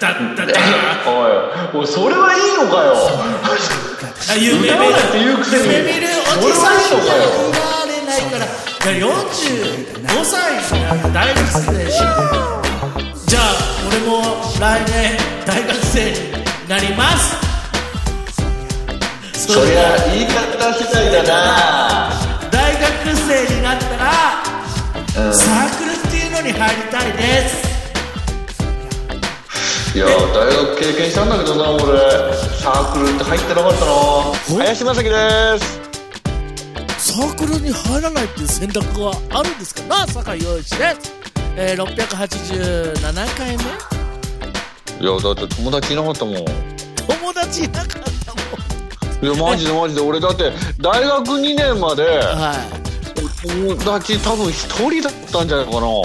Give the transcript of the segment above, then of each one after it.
おいおいそれはいいのかよあ夢見る歌わないって言うくせに夢見るおじさんにはなれないからいや45歳になって大学生でしょじゃあ俺も来年大学生になりますそそれりでゃ言い方次第だな大学生になったら、サークルっていうのに入りたいですいや大学経験したんだけどな俺サークルって入ってなかったな林正樹ですサークルに入らないっていう選択はあるんですかな坂井陽一です、えー、687回目いやだって友達いなかったもんいや友達いなかったもんマジでマジで俺だって大学2年まではい友達多分一人だったんじゃないかない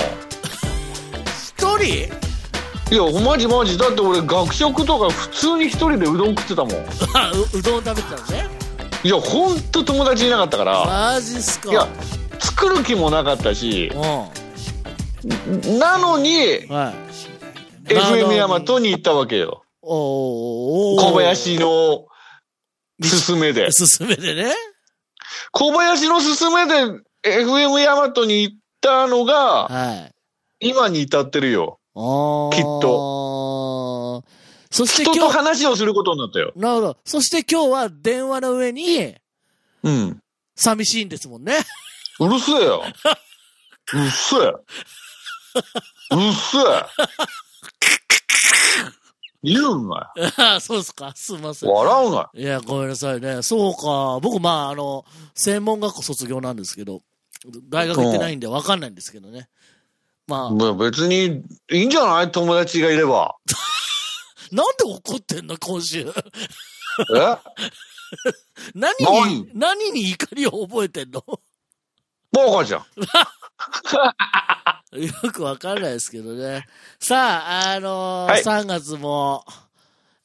一人やマジマジだって俺学食とか普通に一人でうどん食ってたもんあううどん食べてたのねいやほんと友達いなかったからマジっすかいや作る気もなかったしうんなのにはい FM 山とに行ったわけよおーおーおー小林の勧めで勧めでね小林の勧めで FM 大和に行ったのがはい今に至ってるよあーきっそして人今と日話をすることになったよなるほどそして今日は電話の上にうん寂しいんですもんねうるせえようっせえうっせえ言うなよあそうですかすいません笑うないや、ごめんなさいね。そうか。僕、まあ、あの、専門学校卒業なんですけど、大学行ってないんで分かんないんですけどね。まあ、なんでまあ別にいいんじゃない友達がいれば怒ってんの、今週。 え何に、何に怒りを覚えてんの バカじゃんよく分かんないですけどね。さあ、あのーはい3月も、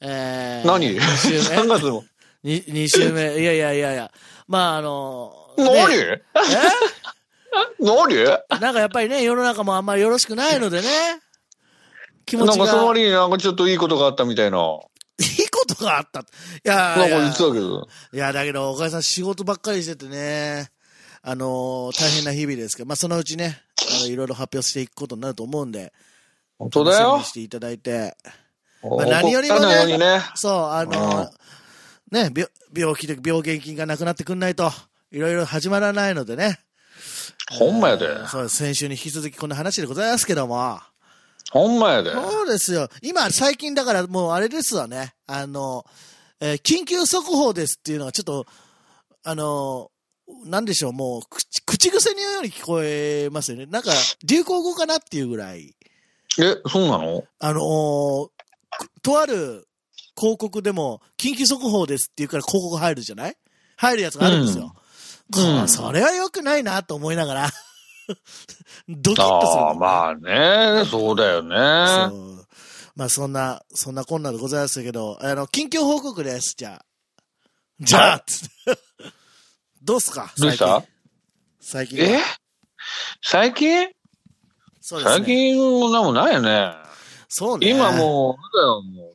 えー、何 ?2 週3月も目 2, 週目。いやいやいやいや。まあ、あのー何、ねえ 何なんかやっぱりね、世の中もあんまりよろしくないの でね。気持なんちが。かその割になんかちょっといいことがあったみたいな。 いいことがあった。いやなんいやか言ってたけど。いや、だけど、おかげさん仕事ばっかりしててね、あのー大変な日々ですけど、まあ、そのうちね、あの、いろいろ発表していくことになると思うんで、本当だ楽しみよに。していただいて、怒あった何よりもねのにね。そう、あのーね、病、病気で、病原菌がなくなってくんないと、いろいろ始まらないのでね。ほんまやでえ。ーそうです、先週に引き続きこんな話でございますけども。ほんまやで。そうですよ。今、最近だからもうあれですわね。あの、えー緊急速報ですっていうのがちょっと、あの、なんでしょう、もう口、口癖のように聞こえますよね。なんか、流行語かなっていうぐらい。え、そうなのあのーくとある広告でも、緊急速報ですっていうから広告入るじゃない入るやつがあるんですよ。うんこうそれは良くないなと思いながら、ドキッとするあのあ、まあね。そうだよね。そう。まあそんな、そんなこんなでございましたけど、あの、近況報告です、じゃあ。じゃあ、つって どうっすかどうした最近。え近最近そうです最ね。近もなんもないよね。そうね。今もう、だよ、も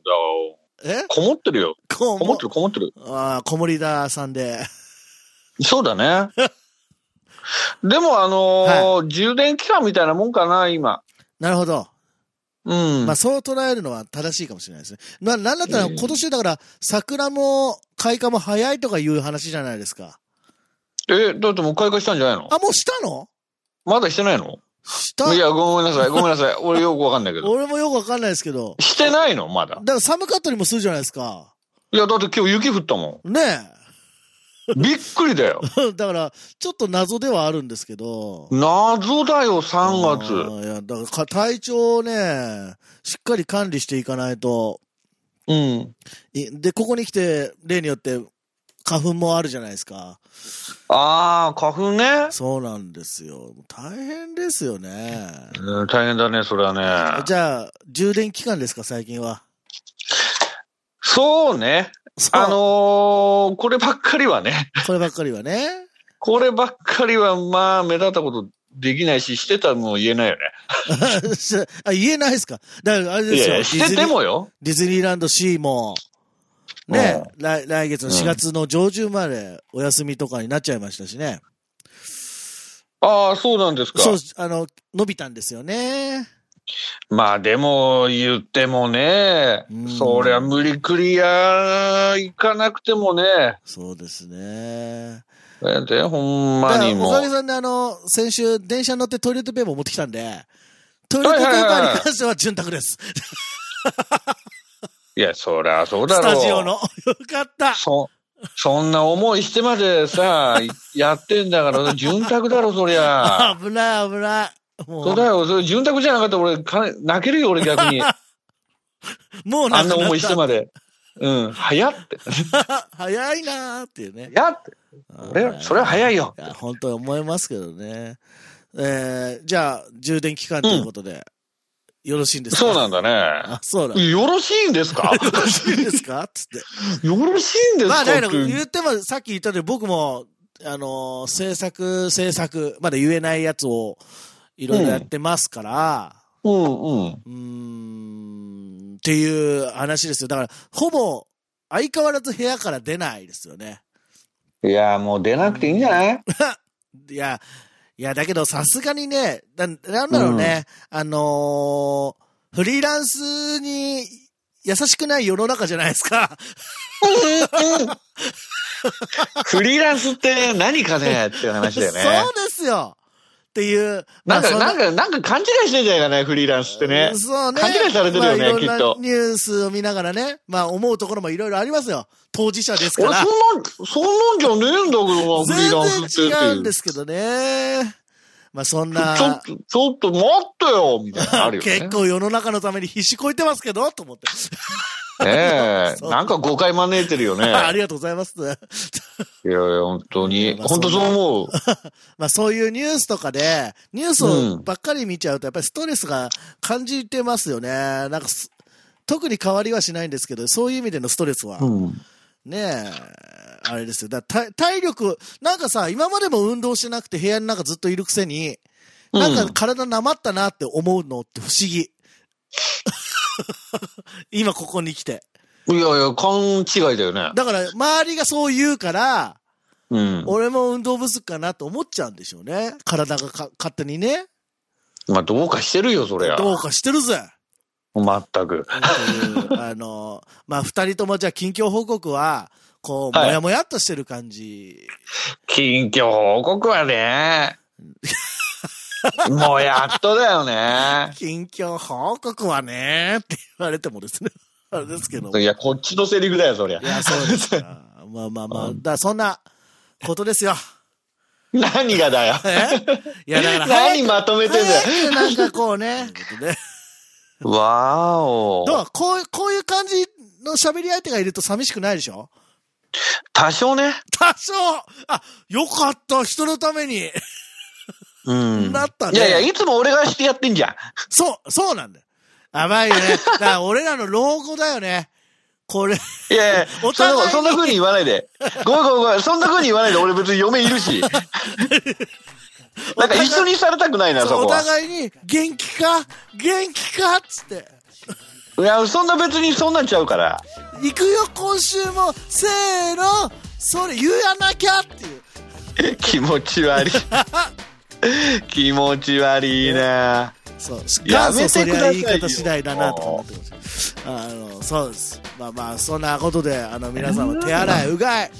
う、だう、よ。えこもってるよ。ここもってる、こもってる。ああ、子守ださんで。そう だね。でも、あのー、充電期間みたいなもんかな、今。なるほど。うんまあ。そう捉えるのは正しいかもしれないですね。まあなんだったらうん今年だから桜も開花も早いとかいう話じゃないですか。え、だってもう開花したんじゃないのあ、もうしたのまだしてないのしたいや、ごめんなさい、ごめんなさい。 俺よくわかんないけど。俺もよくわかんないですけど。してないのまだだ。から寒かったりもするじゃないですか。いや、だって今日雪降ったもねえ。ん。びっくりだよ。だから、ちょっと謎ではあるんですけど。謎だよ、3あ月。ーいや、だからか体調をね、しっかり管理していかないと。うん。いで、ここに来て、例によって、花粉もあるじゃないですか。あー、花粉ね。そうなんですよ。大変ですよね。うん、大変だね、それはね。じゃあ、充電期間ですか、最近は。そうね。そうあのー、こればっかりはね。こればっかりはね。 こればっかりは、まあ、目立ったことできないし、してたも言えないよね。あ、言えないですか。だから、あれいですよ。やいデや、ィズニしててーもよ。ディズニーランドシーも、ね、来来月の4月の上旬までお休みとかになっちゃいましたしね。ああ、そうなんですか。そう、あの、伸びたんですよね。まあでも、言ってもねうん、そりゃ無理くりや、行かなくてもね、そうですね。で、ほんだまかにらおもかげ。さんで、あの、先週、電車に乗ってトイレットペーパーを持ってきたんで、トイレットペーパーに関しては潤沢です。スいや、そりゃそうだろう。タジオの。よ かった。そ、そんな思いしてまでさ、 やってんだから、潤沢だろ、そ りゃ。危ない危ない。もそうだう、よ、それ潤沢じゃなかったら俺、か泣けるよ、俺逆 に。もうあなんくななった思いしてまで。うん、早って。 早いなーっていうね。やって。それ、それは早いよい。や、本当に思いますけどね。えー、じゃあ、充電期間ということで、よろしいんですかそうなんだね。 あ、そうなんだ。よよろしいんで すかろしいですかつって。 よろしいんですまかあ、だからって言っても、さっき言ったように僕も、あのー、制作、制作、まだ言えないやつを、いろいろやってますから、うんうん。うーん、っていう話ですよ。だから、ほぼ、相変わらず部屋から出ないですよね。いやー、もう出なくていいんじゃないいや、いや、だけどさすがにね、ななんだろうね、あのーフリーランスに優しくない世の中じゃないですか。フリーランスって何かねっていう話だ よそねう。ですよっていう。なんか、なんか、か、なんか勘違いしてんじゃないかね、フリーランスってね。そうね。勘違いされてるよまあねいろんなきっとニュースを見ながらね、まあ思うところもいろいろありますよ。当事者ですか俺、ら。そんなん、そんなんじゃねえんだけどな、フリーランスって全って然違うんいう。ですけどね。まあそんなち。ょっと、ちょっと待ってよみたいなのあるよね。 結構世の中のために必死こいてますけど、と思って。ねえ。なんか誤解招いてるよね。いあやいりがとうございます。や、本当に。まあ本当そう思う。まあそういうニュースとかで、ニュースうをんばっかり見ちゃうと、やっぱりストレスが感じてますよね。なんかす、特に変わりはしないんですけど、そういう意味でのストレスは、うん。ねえ、あれですよ。だ体体力、なんかさ、今までも運動してなくて部屋の中ずっといるくせに、 なんうかん体なまったなって思うのって不思議。 今ここに来て。いやいや、勘違いだよね。だから、周りがそう言うから、うん。俺も運動不足かなと思っちゃうんでしょうね。体がか勝手にね。まあ、どうかしてるよ、そりゃ。どうかしてるぜ。まったく。というあの、まあ、二人ともじゃあ近況報告は、こう、もはいやもやっとしてる感じ。近況報告はね、もうやっとだよね。近況報告はね、って言われてもですね、あれですけども。い いや、こっちのセリフだよ、そりゃ。や、そうですか。まあまあまあ、だからそんなことですよ。何がだよ。えいや、だから早 何まとめく、てんだよ。早くなんかこうね、わーおどうこう、こういう感じの喋り相手がいると寂しくないでしょ多少ね。多少あ、よかった人のためにうん。なったいね。やいや、いつも俺がしてやってんじゃん。そう、そうなんだよ。甘い よね。だから俺らの老後だよね。これ、いやいや、おそん互いな、にそんな風に言わないで。ごめんごめんごめん、そんな風に言わないで、俺別に嫁い るし。なんか一緒にされたくないな、そおこは。互いに元気か元気かっつって。いや、そんな別にそんなんちゃうから。行くよ、今週も、せーの、それ言わなきゃっていう。 気持ち悪い。気持ち悪いな。そう、やめて元祖そりゃ言いください方よ次第だなとか思ってました。あの、そうです。まあまあ、そんなことで、あの、皆さんも手洗い、うがい。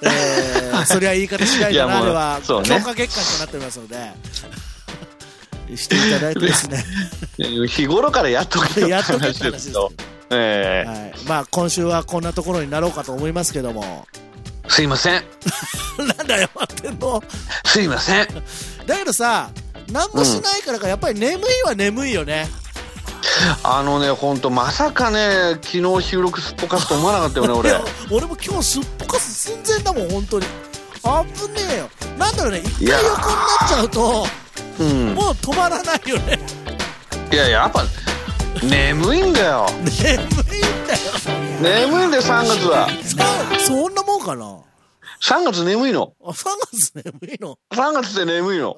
え ー、そりゃ言い方次第だいやなもうでは、そうね強化月間となっておりますので、 していただいてですね。日頃からやっとけよやっってとけって話話でですすけけどど。ええはい、まあ今週はこんなところになろうかと思いますけども すいません。なんだよ待ってんのすいません。だけどさ何もしないからかやっぱり眠いは眠いよね、あのね、ほんと、まさかね、昨日収録すっぽかすと思わなかったよね、俺いや。俺も今日すっぽかす寸前だもん本当に危ねえよなんだろうね一いや回ー横になっちゃうとうん。もう止まらないよね いや、やっぱ、眠いんだよ。眠いんだよ眠いんだよ、3月は。さあそんなもんかな3月眠いの。あ3月眠いの3月って眠いの。